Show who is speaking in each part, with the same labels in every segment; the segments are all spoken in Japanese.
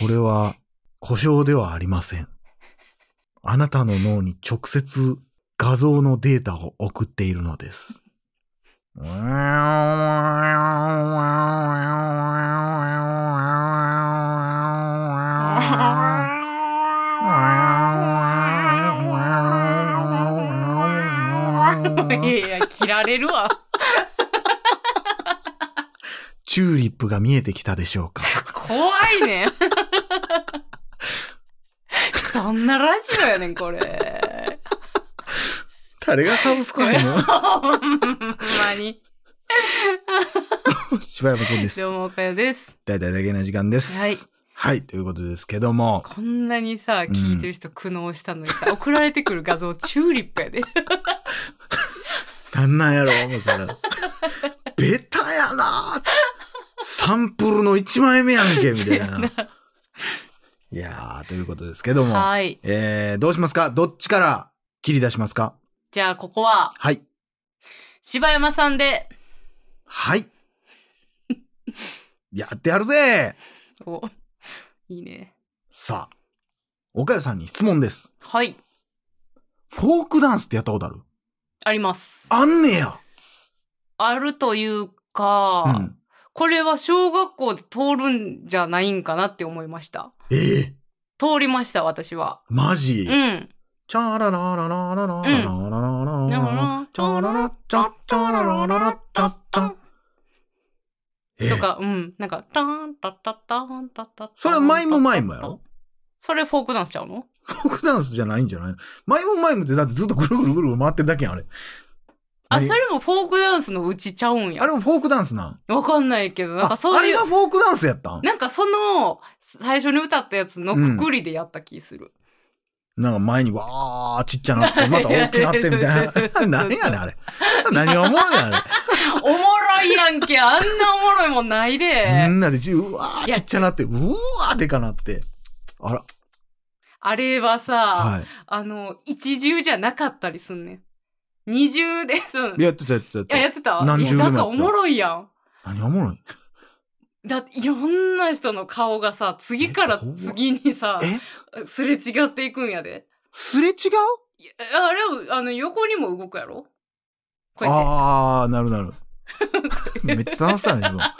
Speaker 1: これは故障ではありません。あなたの脳に直接画像のデータを送っているのです。
Speaker 2: いやいや、切られるわ。
Speaker 1: チューリップが見えてきたでしょうか
Speaker 2: 怖いねん。どんなラジオやねん、これ。
Speaker 1: 誰がサブスクなの
Speaker 2: ほんまに。
Speaker 1: 柴山くんです
Speaker 2: どう。も、おかよです。
Speaker 1: 大体だけな時間です。
Speaker 2: はい。
Speaker 1: はい、ということですけども、
Speaker 2: こんなにさ、聞いてる人苦悩したのにさ、送られてくる画像、チューリップやで。
Speaker 1: なんなんやろ思ったら、 ベタやなサンプルの1枚目やんけ、みたいな。いやー、ということですけども、
Speaker 2: はい。
Speaker 1: えー、どうしますかどっちから切り出しますか
Speaker 2: じゃあ、ここは、
Speaker 1: はい。
Speaker 2: 柴山さんで、
Speaker 1: はい。やってやるぜ
Speaker 2: お、いいね。
Speaker 1: さあ、岡谷さんに質問です。
Speaker 2: はい、
Speaker 1: フォークダンスってやったことある
Speaker 2: あります。
Speaker 1: あんねや。
Speaker 2: あるという
Speaker 1: う
Speaker 2: か、
Speaker 1: ん。
Speaker 2: これは小学校で通るんじゃないんかなって思いました。
Speaker 1: ええ
Speaker 2: 通りました、私は。
Speaker 1: マジ、
Speaker 2: うん。
Speaker 1: チャラララララララララララ
Speaker 2: だか
Speaker 1: ラ
Speaker 2: ら
Speaker 1: チャララチャチャララララチャチャえ
Speaker 2: とか、うん。なんか、ターン、タッタッターン、タッタッタ
Speaker 1: それマイムマイムやろ
Speaker 2: それフォークダンスちゃうの
Speaker 1: フォークダンスじゃないんじゃないマイムマイムってだってずっとぐるぐるぐるぐる回ってるだけやんあれ。
Speaker 2: あ、
Speaker 1: 何
Speaker 2: それもフォークダンスのうちちゃうん
Speaker 1: あ
Speaker 2: や
Speaker 1: れ。もフォークダンスなん
Speaker 2: わかんないけど、なんか
Speaker 1: あ
Speaker 2: そ
Speaker 1: あ
Speaker 2: う
Speaker 1: れ
Speaker 2: いう
Speaker 1: が、フォークダンスやったん
Speaker 2: なんかその、最初に歌ったやつのくくりでやった気する。
Speaker 1: なんか前にわーちっちゃなってまた大きなってみたいな。何やねんあれ。何がおもろいねん あ
Speaker 2: おもろいやんけ。あんなおもろいもんない
Speaker 1: れ。み
Speaker 2: で。
Speaker 1: んなでじうわーちっちゃなって、うわーでかなって。あら、
Speaker 2: あれはさ、
Speaker 1: はい。
Speaker 2: あの、一重じゃなかったりすんねん。二重で、その、い
Speaker 1: やってたやってたやっ
Speaker 2: や、や
Speaker 1: て
Speaker 2: ってた
Speaker 1: 何重
Speaker 2: い
Speaker 1: でも
Speaker 2: や
Speaker 1: や
Speaker 2: な
Speaker 1: っ
Speaker 2: ん
Speaker 1: てた
Speaker 2: かおもろいやん。
Speaker 1: た。何がおもろい
Speaker 2: だっていろんな人の顔がさ、次から次にさ、
Speaker 1: え
Speaker 2: すれ違っていくんやで。
Speaker 1: すれ違う
Speaker 2: いやあれを、あの、横にも動くやろこうやっ
Speaker 1: ああ、なるな る。めっちゃ楽しそうやね、今。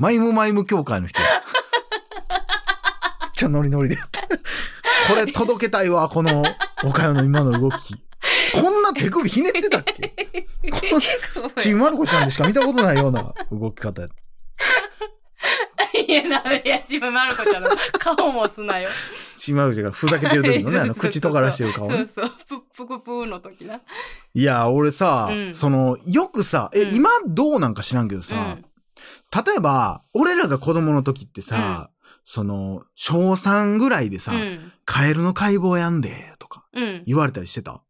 Speaker 1: マイムマイム協会の人。めっちゃノリノリでやってるこれ届けたいわ、この、岡山の今の動き。こんな手首ひねってたっけ
Speaker 2: て。
Speaker 1: ちびまる子ちゃんでしか見たことないよう な動き方や
Speaker 2: いや、な、いや、自分、まる子 ちゃんの顔もすなよ。
Speaker 1: ちびまる子ちゃんがふざけてる時のね、あの、口尖らしてる顔
Speaker 2: そ
Speaker 1: ね
Speaker 2: う。そう、ぷっぷくぷーの時な。
Speaker 1: いや、俺さ、
Speaker 2: うん
Speaker 1: その、よくさ、え、
Speaker 2: うん
Speaker 1: 今どうなんか知らんけどさ、例えば、俺らが子供の時ってさ、その、小3ぐらいでさ、
Speaker 2: うん。うん。
Speaker 1: カエルの解剖やんで、とか
Speaker 2: うん。
Speaker 1: 言われたりしてた、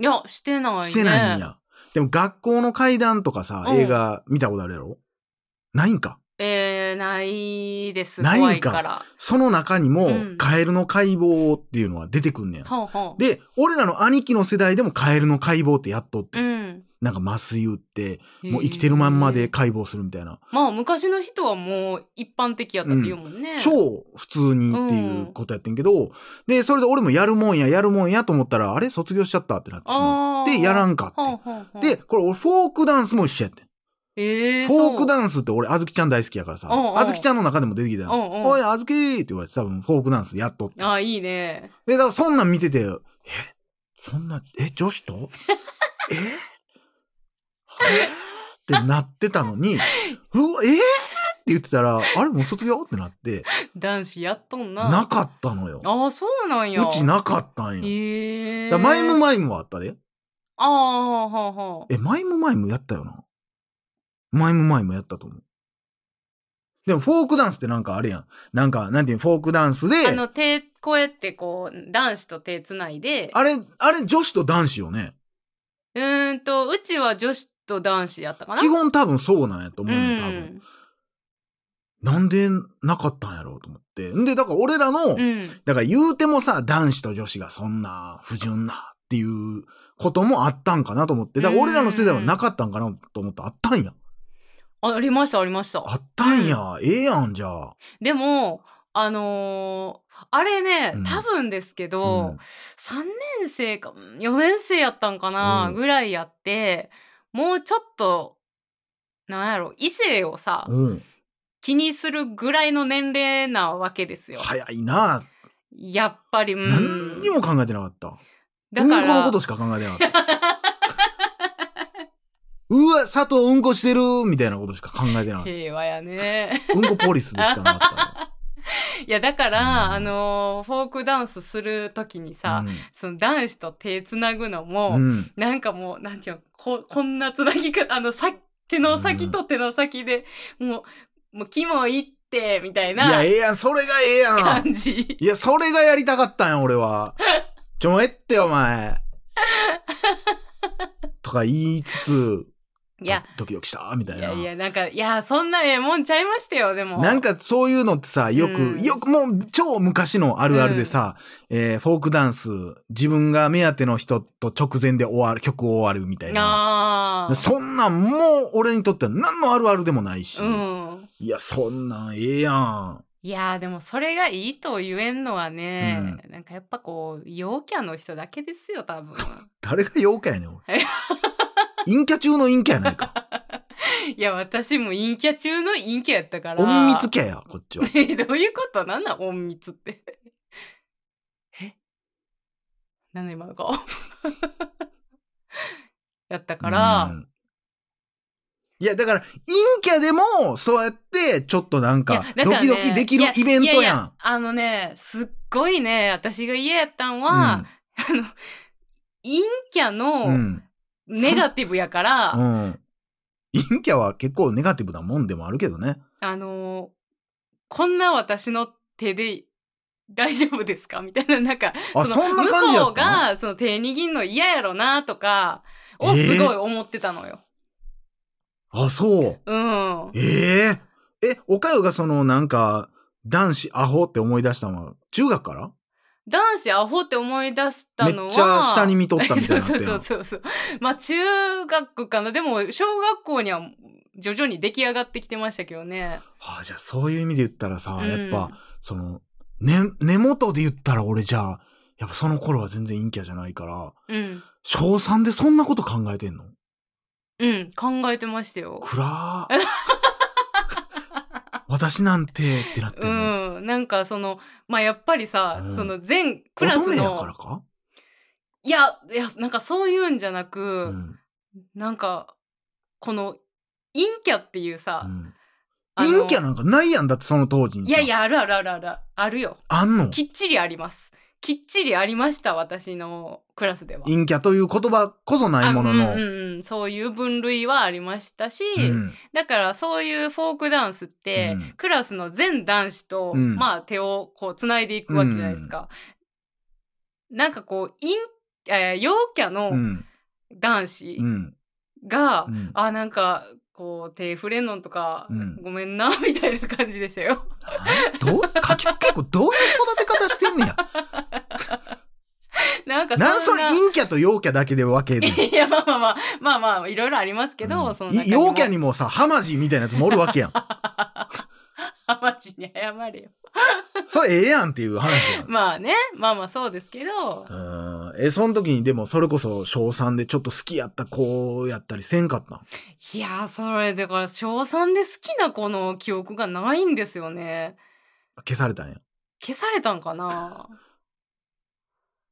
Speaker 2: いや、してないね。
Speaker 1: してないんや。でも学校の階段とかさ、
Speaker 2: うん
Speaker 1: 映画見たことあるやろないんか。
Speaker 2: えー、ないです。
Speaker 1: ないんか
Speaker 2: 怖いから。
Speaker 1: その中にも、
Speaker 2: うん
Speaker 1: カエルの解剖っていうのは出てくんねん。
Speaker 2: ほうほう。
Speaker 1: で、俺らの兄貴の世代でもカエルの解剖ってやっとって、
Speaker 2: うん。
Speaker 1: なんか麻酔打って、もう生きてるまんま
Speaker 2: へ
Speaker 1: で
Speaker 2: ー。
Speaker 1: 解剖するみたいな。
Speaker 2: まあ、昔の人はもう一般的やったって言うもんね。
Speaker 1: 超普通にっていうことやってんけど、で、それで俺もやるもんや、やるもんやと思ったら、あれ卒業しちゃったってなってしまう。
Speaker 2: あー
Speaker 1: で、やらんか
Speaker 2: ほう
Speaker 1: っ
Speaker 2: ほうほう
Speaker 1: て。で、、これ俺フォークダンスも一緒やってん。
Speaker 2: えー、
Speaker 1: フォーク
Speaker 2: ン
Speaker 1: ダンスって俺、あずきちゃん大好きやからさ、
Speaker 2: うんうん
Speaker 1: あずきちゃんの中でも出てきたやん
Speaker 2: うんうん
Speaker 1: おい、あずきーって言われて多分フォークダンスやっとって。
Speaker 2: あー、いいね。
Speaker 1: で、だからそんなん見てて、えそんな、え女子 とええってなってたの に、うわ、えー、って言ってたら、あれもう卒業ってなって、
Speaker 2: 男子やっとんな。
Speaker 1: なかったのよ。
Speaker 2: ああ、そうなんや。
Speaker 1: うちなかったんよ。
Speaker 2: ええ
Speaker 1: だからマイム
Speaker 2: も。
Speaker 1: マイムはあったで。
Speaker 2: ああ、はあはあはあ。
Speaker 1: え、マイムマイムやったよな。マイムマイムやったと思う。でもフォークダンスってなんかあれやん。なんか、なんていうのフォークダンスで、
Speaker 2: あの、手、こうやってこう、男子と手つないで、
Speaker 1: あれ、あれ女子と男子よね。
Speaker 2: うーんと、うちは女子と男子やったかな
Speaker 1: 基本多分そうなんやと
Speaker 2: う
Speaker 1: 思うね、多分。
Speaker 2: ん。
Speaker 1: なんでなかったんやろうと思って。んで、だから俺らの、
Speaker 2: うん。
Speaker 1: だから言うてもさ、男子と女子がそんな不純なっていうこともあったんかなと思って。だから俺らの世代はなかったんかなと思ったあったんや。
Speaker 2: あありました、ありました。
Speaker 1: あったんや。ええやん、じゃあ。
Speaker 2: でも、あのーあれね、
Speaker 1: うん
Speaker 2: 多分ですけ
Speaker 1: う
Speaker 2: ど、
Speaker 1: ん
Speaker 2: 3年生か、うん4年生やったんかな、
Speaker 1: うん
Speaker 2: ぐらいやって、もうちょっと、なんやろ、異性をさ、
Speaker 1: うん。
Speaker 2: 気にするぐらいの年齢なわけですよ。
Speaker 1: 早いな。
Speaker 2: やっぱり、うん。
Speaker 1: 何にも考えてなかった。う
Speaker 2: だ
Speaker 1: んこ
Speaker 2: から、
Speaker 1: のことしか考えてなかった。 うわ、佐藤うんこしてるみたいなことしか考えて なかっ
Speaker 2: 平和やね。
Speaker 1: た。うんこポリスでしかなかっ
Speaker 2: いや、だから、
Speaker 1: うん
Speaker 2: あのーフォークダンスするときに
Speaker 1: た。
Speaker 2: さ、その男子と手つなぐのも、
Speaker 1: うん。うん
Speaker 2: なんかもう、なんていうの、ここんなつなぎか、あの、さ手の先と手の先で、もう、もう、キモいって、みたい
Speaker 1: いや、
Speaker 2: な
Speaker 1: ええやん。それがええ やん。
Speaker 2: 感じ。
Speaker 1: いや、それがやりたかったんや、俺 は。ちょ、もうええってよ、お前。とか言いつつ、
Speaker 2: いや、
Speaker 1: ドキドキした、みた
Speaker 2: い
Speaker 1: いな。
Speaker 2: やいや、なんか、いや、そんなええもんちゃいましたよ、でも。
Speaker 1: なん、かそういうのってさ、よく、
Speaker 2: うん
Speaker 1: よくもう超昔のあるあるでさ、えーフォークダンス、自分が目当ての人と直前で終わる、曲を終わるみたいな。
Speaker 2: ああ。
Speaker 1: そんなんもう俺にとっては何のあるあるでもないし。
Speaker 2: うん。
Speaker 1: いや、そんなんええやん。
Speaker 2: いやーでもそれがいいと言えんのはね、なんかやっぱこう陽キャの人だけですよ多分
Speaker 1: 誰が陽キャやねん、俺。陰キャ中の陰キャやないか。
Speaker 2: いや私も陰キャ中の陰キャやったから
Speaker 1: 隠密キャや、こっちは。
Speaker 2: えどういうことなんなん隠密って。えなんだ今の顔 やったから、
Speaker 1: うんいや、だから、陰キャでも、そうやって、ちょっとなん
Speaker 2: いや
Speaker 1: か、
Speaker 2: だ
Speaker 1: ド
Speaker 2: から
Speaker 1: キド
Speaker 2: ね
Speaker 1: キできるイベン
Speaker 2: いい
Speaker 1: ト
Speaker 2: い
Speaker 1: やん。
Speaker 2: あのね、すっごいね、私が嫌やったん
Speaker 1: う
Speaker 2: は
Speaker 1: ん、
Speaker 2: あの、陰キャ
Speaker 1: う
Speaker 2: の
Speaker 1: ん。
Speaker 2: ネガティブやから、
Speaker 1: うん。陰キャは結構ネガティブなもんでもあるけどね。
Speaker 2: あの、こんな私の手で大丈夫ですかみたいな、なんか、
Speaker 1: あ、
Speaker 2: の
Speaker 1: そんな感じや
Speaker 2: 向こ
Speaker 1: っ
Speaker 2: う
Speaker 1: たの
Speaker 2: がその手握んの嫌やろなとかをすごい思ってたのよ。
Speaker 1: あ、そう。
Speaker 2: うん。
Speaker 1: えええ、おかよがその、なんか、男子アホって思い出したのは、中学から
Speaker 2: 男子アホって思い出した
Speaker 1: め
Speaker 2: のは。
Speaker 1: っちゃ下に見とったみたいになっ
Speaker 2: そ
Speaker 1: て
Speaker 2: うそうそうそう。まあ中学かな。でも小学校には徐々に出来上がってきてましたけどね。
Speaker 1: あ、じゃあそういう意味で言ったらさ、
Speaker 2: うん
Speaker 1: やっぱ、その、ね、根元で言ったら俺じゃあ、やっぱその頃は全然陰キャじゃないから、
Speaker 2: うん。
Speaker 1: 小3でそんなこと考えてんの
Speaker 2: うん。考えてましたよ。
Speaker 1: くらー。私なんてってなってん
Speaker 2: う
Speaker 1: の。
Speaker 2: ん。なんかその、まあやっぱりさ、
Speaker 1: うん
Speaker 2: その全クラ
Speaker 1: 乙
Speaker 2: ス
Speaker 1: 女やから
Speaker 2: の、
Speaker 1: か、
Speaker 2: いや、いや、なんかそういうんじゃな
Speaker 1: う
Speaker 2: く、
Speaker 1: ん
Speaker 2: なんか、この、陰キャっていうさ
Speaker 1: う、ん
Speaker 2: あの
Speaker 1: 陰キャなんかないやんだってその当時に
Speaker 2: い
Speaker 1: さ
Speaker 2: やいや、あるあるあるある、あるよ。
Speaker 1: あんの
Speaker 2: きっちりあります。きっちりありました、私のクラスでは。
Speaker 1: 陰キャという言葉こそないもの
Speaker 2: あ
Speaker 1: の
Speaker 2: うんうんうん、そういう分類はありましたし、
Speaker 1: うん
Speaker 2: だからそういうフォークダンスって、
Speaker 1: うん
Speaker 2: クラスの全男子と、
Speaker 1: うん
Speaker 2: まあ手をこうつないでいくわけじゃないですか。なんかこう陰、えー陽キャ
Speaker 1: う
Speaker 2: の
Speaker 1: ん
Speaker 2: 男子
Speaker 1: うん
Speaker 2: が、
Speaker 1: う ん
Speaker 2: あなんかこう手触れんのとか、
Speaker 1: うん
Speaker 2: ごめんなみたいな感じでしたよ。
Speaker 1: どうかき結構どういう育て方してん ねや
Speaker 2: なんかんな
Speaker 1: なんそれ陰キャと陽キャだけで分ける
Speaker 2: いや、まあまあまあ、まあまあ、いろいろありますけど、
Speaker 1: うん
Speaker 2: その
Speaker 1: い陽キャ
Speaker 2: に。
Speaker 1: にもさハマジみたいなやつもおるわ けやん
Speaker 2: ハマチに謝れよ。
Speaker 1: それええやんっていう話やん
Speaker 2: まあね、まあまあそうですけど、
Speaker 1: うんえその時にでもそれこそ小3でちょっと好きやった子やったりせんかったん
Speaker 2: いやー、それだから、小3で好きな子の記憶がないんですよね。
Speaker 1: 消されたんや
Speaker 2: 消されたんかな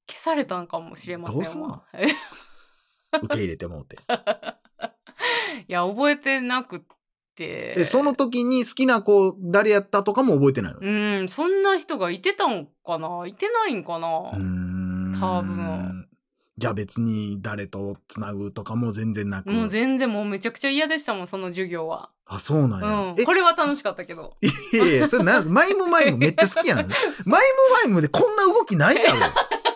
Speaker 2: 消されたんかもしれませんわ。
Speaker 1: どうすんの
Speaker 2: い
Speaker 1: 受け入れてもう て
Speaker 2: や、覚えてなくって。
Speaker 1: えその時に好きな子誰やったとかも覚えてないの
Speaker 2: うん、そんな人がいてたんかないてないんかな、
Speaker 1: うーん
Speaker 2: 多分
Speaker 1: じゃあ別に誰とつなぐとかも全然なく。
Speaker 2: もう全然もうめちゃくちゃ嫌でしたもん、その授業は。
Speaker 1: あ、そうなんや。
Speaker 2: うん。これは楽しかったけど。
Speaker 1: え、いやいや、それな、マイムマイムめっちゃ好きやん。マイムマイムでこんな動きないやろ。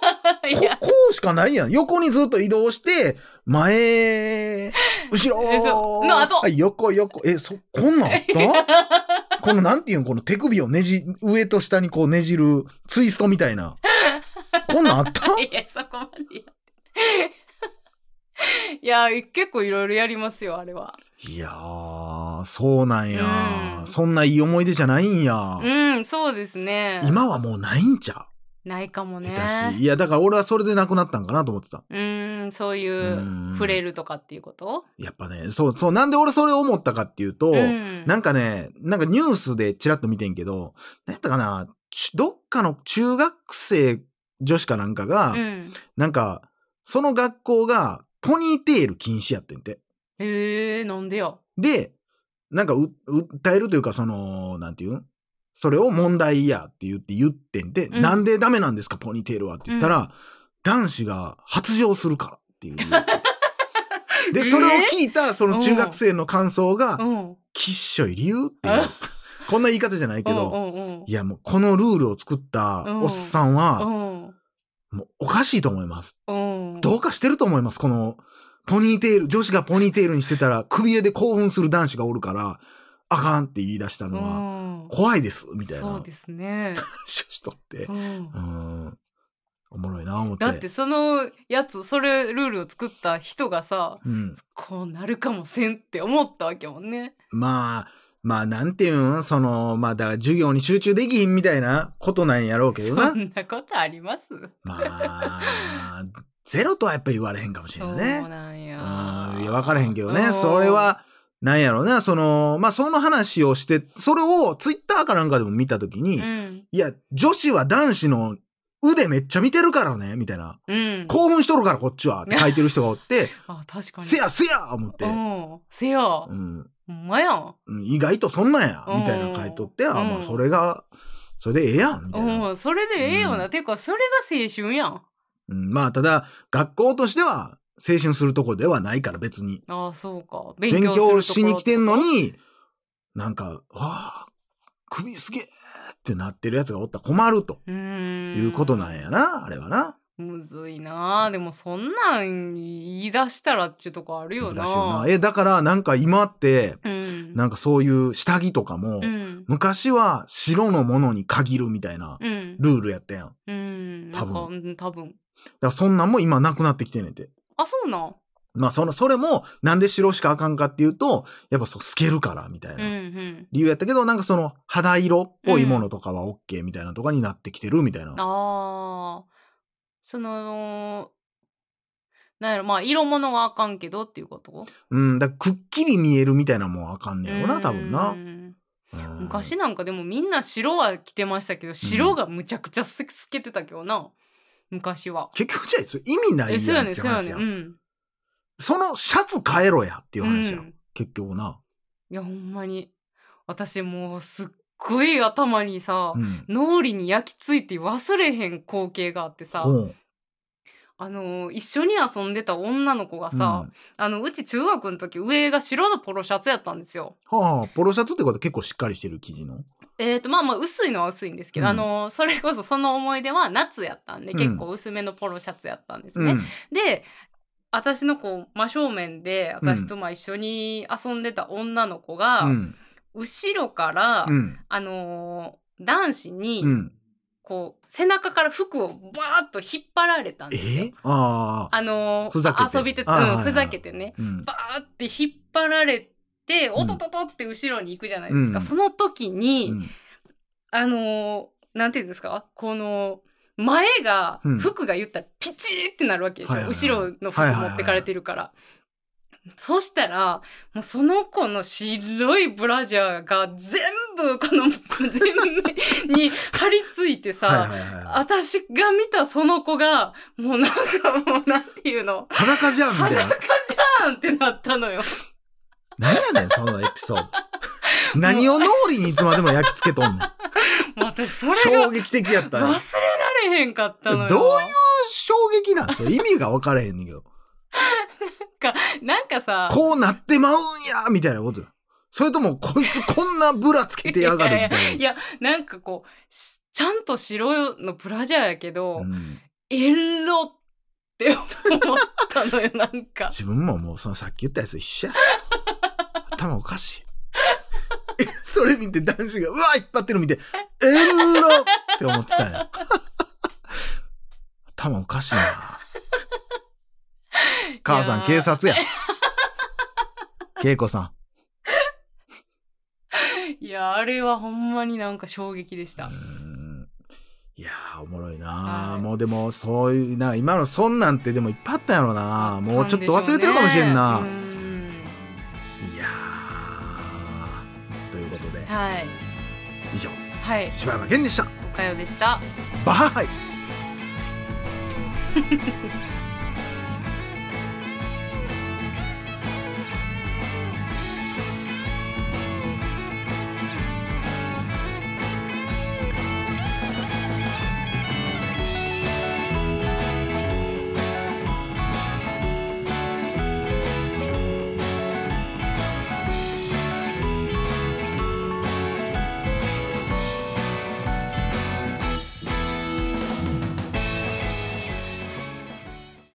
Speaker 2: い
Speaker 1: こ
Speaker 2: や、
Speaker 1: こうしかないやん。横にずっと移動して、前、後
Speaker 2: えそ
Speaker 1: ろ、
Speaker 2: うの後
Speaker 1: はい横、横。え、そ、こんなんあった このなんていうんこの手首をねじ、上と下にこうねじるツイストみたいな。こんなんあった
Speaker 2: いや、そこまでや って。いや、結構いろいろやりますよ、あれは。
Speaker 1: いやー、あ、そうなんや、
Speaker 2: うん
Speaker 1: そんないい思い出じゃないんや。
Speaker 2: うん、そうですね。
Speaker 1: 今はもうないんちゃ
Speaker 2: ないかも
Speaker 1: う
Speaker 2: ね。
Speaker 1: 下手しい。いや、だから俺はそれでなくなったんかなと思ってた。
Speaker 2: うーん、そういう、
Speaker 1: ん
Speaker 2: 触れるとかっていうこと
Speaker 1: やっぱね、そうそう、なんで俺それ思ったかっていうと、
Speaker 2: うん
Speaker 1: なんかね、なんかニュースでチラッと見てんけど、なんやったかな、ちどっかの中学生女子かなんかが、
Speaker 2: うん。
Speaker 1: なんか、その学校がポニーテール禁止やってんて。
Speaker 2: えー、なんでよ。
Speaker 1: で、なんかう、訴えるというか、その、なんていうんそれを問題やって言って言ってんで、
Speaker 2: うん
Speaker 1: なんでダメなんですか、ポニーテールはって言ったら、男子が発情するからって いう。で、それを聞いた、その中学生の感想が、
Speaker 2: うん。
Speaker 1: きっしょい理由っていう
Speaker 2: あ。
Speaker 1: こんな言い方じゃないけ
Speaker 2: う
Speaker 1: ど、
Speaker 2: んうん
Speaker 1: いやもうこのルールを作ったおっさん
Speaker 2: う
Speaker 1: は、
Speaker 2: ん。
Speaker 1: もうおかしいと思います。
Speaker 2: うん。うん。
Speaker 1: どうかしてると思います。この、ポニーテール、女子がポニーテールにしてたら、くびれで興奮する男子がおるから、あかんって言い出した
Speaker 2: う
Speaker 1: のは、
Speaker 2: ん。
Speaker 1: 怖いです、みたいな
Speaker 2: そう
Speaker 1: 話を
Speaker 2: で すね。
Speaker 1: しとって
Speaker 2: う。ん
Speaker 1: う。ん。おもろいな、思って。
Speaker 2: だってそのやつ、それルールを作った人がさ、
Speaker 1: うん。
Speaker 2: こうなるかもせんって思ったわけもんね。
Speaker 1: まあ、まあ、なんていうん、その、まあ、だから授業に集中できひんみたいなことなんやろうけ
Speaker 2: そ
Speaker 1: どな。
Speaker 2: んなことあります
Speaker 1: まあ、ゼロとはやっぱ言われへんかもしれ
Speaker 2: そ
Speaker 1: な
Speaker 2: う
Speaker 1: いね。
Speaker 2: なんや。
Speaker 1: うんいや、分からへんけど
Speaker 2: う
Speaker 1: ね。
Speaker 2: ん
Speaker 1: それ。は、なんやろうな、その、まあ、その話をして、それをツイッターかなんかでも見たときに、
Speaker 2: うん。
Speaker 1: いや、女子は男子の腕めっちゃ見てるからね、みたいな。
Speaker 2: うん。
Speaker 1: 興奮しとるからこっちはって書いてる人がおって、
Speaker 2: あ、 確かに。
Speaker 1: せやせや思って、
Speaker 2: うん。せや。ほ
Speaker 1: うん、
Speaker 2: んまやん。
Speaker 1: うん意外とそんなんや、
Speaker 2: うん
Speaker 1: みたいなの書いとって、あ、
Speaker 2: うん
Speaker 1: まあ、それが、それでええやん、みたいな。
Speaker 2: うん。それでええよな。
Speaker 1: うん
Speaker 2: てか、それが青春やん。
Speaker 1: うんまあ、ただ、学校としては、青春するとこではないから別に。
Speaker 2: ああ、そうか。
Speaker 1: 勉強
Speaker 2: す
Speaker 1: し
Speaker 2: るところ
Speaker 1: に来てんの。に、なんか、わあ、首すげえってなってるやつがおったら困ると
Speaker 2: うーん。
Speaker 1: いうことなんやな、あれはな。
Speaker 2: むずいなあでもそんなん言い出したらっちゅうとこある
Speaker 1: 難
Speaker 2: よ
Speaker 1: しい
Speaker 2: な
Speaker 1: よな。え、だからなんか今って、
Speaker 2: うん
Speaker 1: なんかそういう下着とかも
Speaker 2: う、ん
Speaker 1: 昔は白のものに限るみたいな
Speaker 2: うん
Speaker 1: ルールやったやん。だか
Speaker 2: うんなんかうん多分
Speaker 1: らそんなんも今なくなってきてんねんて。
Speaker 2: あそうなん
Speaker 1: まあその、それもなんで白しかあかんかっていうと、やっぱそう透けるからみたい
Speaker 2: うん
Speaker 1: な。
Speaker 2: うん
Speaker 1: 理由やったけど、なんかその肌色っぽいものとかは OK みたいなとかになってきてるみたいな。
Speaker 2: あーそのなんやろまあ色物はあかんけどっていうこと
Speaker 1: うん、だからくっきり見えるみたいなもんあかんねやろ
Speaker 2: う
Speaker 1: な、
Speaker 2: ん
Speaker 1: 多分な。うん
Speaker 2: 昔なんかでもみんな白は着てましたけど白がむちゃくちゃす透けてたけどな昔は
Speaker 1: 結局じゃあ、それ意味ないや
Speaker 2: え
Speaker 1: ん
Speaker 2: そうやね
Speaker 1: っ
Speaker 2: ん
Speaker 1: て
Speaker 2: そうや
Speaker 1: 話
Speaker 2: ねん
Speaker 1: や。
Speaker 2: うんん
Speaker 1: そのシャツ変えろやっていうう話や
Speaker 2: ん
Speaker 1: ん。結局な。
Speaker 2: いやほんまに私もうすっごい頭にさ、
Speaker 1: うん。
Speaker 2: 脳裏に焼き付いて忘れへん光景があってさ、
Speaker 1: ほう
Speaker 2: あのー一緒に遊んでた女の子がさ、
Speaker 1: うん
Speaker 2: あのうち中学の時上が白のポロシャツやったんですよ。
Speaker 1: はあ、ポロシャツってことは結構しっかりしてる生地の。
Speaker 2: えー、とまあまあ薄いのは薄いんですけど、
Speaker 1: うん
Speaker 2: あのーそれこそその思い出は夏やったんで
Speaker 1: うん
Speaker 2: 結構薄めのポロシャツやったんです
Speaker 1: う
Speaker 2: ね。
Speaker 1: ん。
Speaker 2: で私のこう真正面で私とまあ一緒に遊んでた女の子が、
Speaker 1: うん。
Speaker 2: 後ろから、
Speaker 1: うん。
Speaker 2: あのー男子に、
Speaker 1: うん。
Speaker 2: こう背中から服をバーッと引っ張られたん
Speaker 1: え
Speaker 2: ですよ。
Speaker 1: ああ。
Speaker 2: あのー
Speaker 1: ふざけて
Speaker 2: 遊びて、う
Speaker 1: あはいはい
Speaker 2: ん、
Speaker 1: はい
Speaker 2: ふざけてね
Speaker 1: うん。
Speaker 2: バーって引っ張られて
Speaker 1: ん
Speaker 2: おとととって後ろに行くじゃないですか、
Speaker 1: うん
Speaker 2: その時に、
Speaker 1: うん
Speaker 2: あのーなんていうんですかこの前が
Speaker 1: うん
Speaker 2: 服が言ったらピチーってなるわけでしょ、
Speaker 1: はいはいはい
Speaker 2: 後ろの服
Speaker 1: はいはい
Speaker 2: 持
Speaker 1: はい
Speaker 2: ってかれてるから。そしたらもうその子の白いブラジャーが全部この全面に張り付いてさ、
Speaker 1: はいはいはいはい。
Speaker 2: 私が見たその子が、もうなんかもうなんていうの、
Speaker 1: 裸じゃんみたい
Speaker 2: 裸
Speaker 1: な。
Speaker 2: じゃんってなったのよ。
Speaker 1: 何やねん、そのエピソード。何を脳裏にいつまでも焼き付けとんねん。
Speaker 2: もう私それが
Speaker 1: 衝撃的やった
Speaker 2: 忘
Speaker 1: ね
Speaker 2: れ。られへんかったのよ。
Speaker 1: どう衝撃なんそれ意味が分からへんねんけど。
Speaker 2: なんかさ、
Speaker 1: こうなってまうんやみたいなことだそれとも、こいつこんなブラつけてやがるみたい
Speaker 2: い
Speaker 1: な。
Speaker 2: や、なんかこう、しちゃんと白のブラジャーやけど
Speaker 1: う、ん
Speaker 2: エロって思ったのよ、なんか。
Speaker 1: 自分ももうそのさっき言ったやつ一緒や。頭おかしい。えそれ見て男子が、うわ引っ張ってるの見て、えんろって思ってたんや。頭おかしいな。母さ
Speaker 2: いや
Speaker 1: ん
Speaker 2: ー
Speaker 1: 警察や。恵子さん。
Speaker 2: いや、あれはほんまになんか衝撃でし
Speaker 1: う
Speaker 2: た。
Speaker 1: んいやーおもろいなー、
Speaker 2: はい
Speaker 1: もうでもそういうな今のそんなんってでもいっぱいあったんやろなもうちょっと
Speaker 2: な
Speaker 1: 忘
Speaker 2: んでしょ
Speaker 1: れてるかもしれんな、
Speaker 2: うね
Speaker 1: いやーということで
Speaker 2: うんはい。
Speaker 1: 以上
Speaker 2: はい。
Speaker 1: 柴山健でした
Speaker 2: おかよでした。
Speaker 1: バイ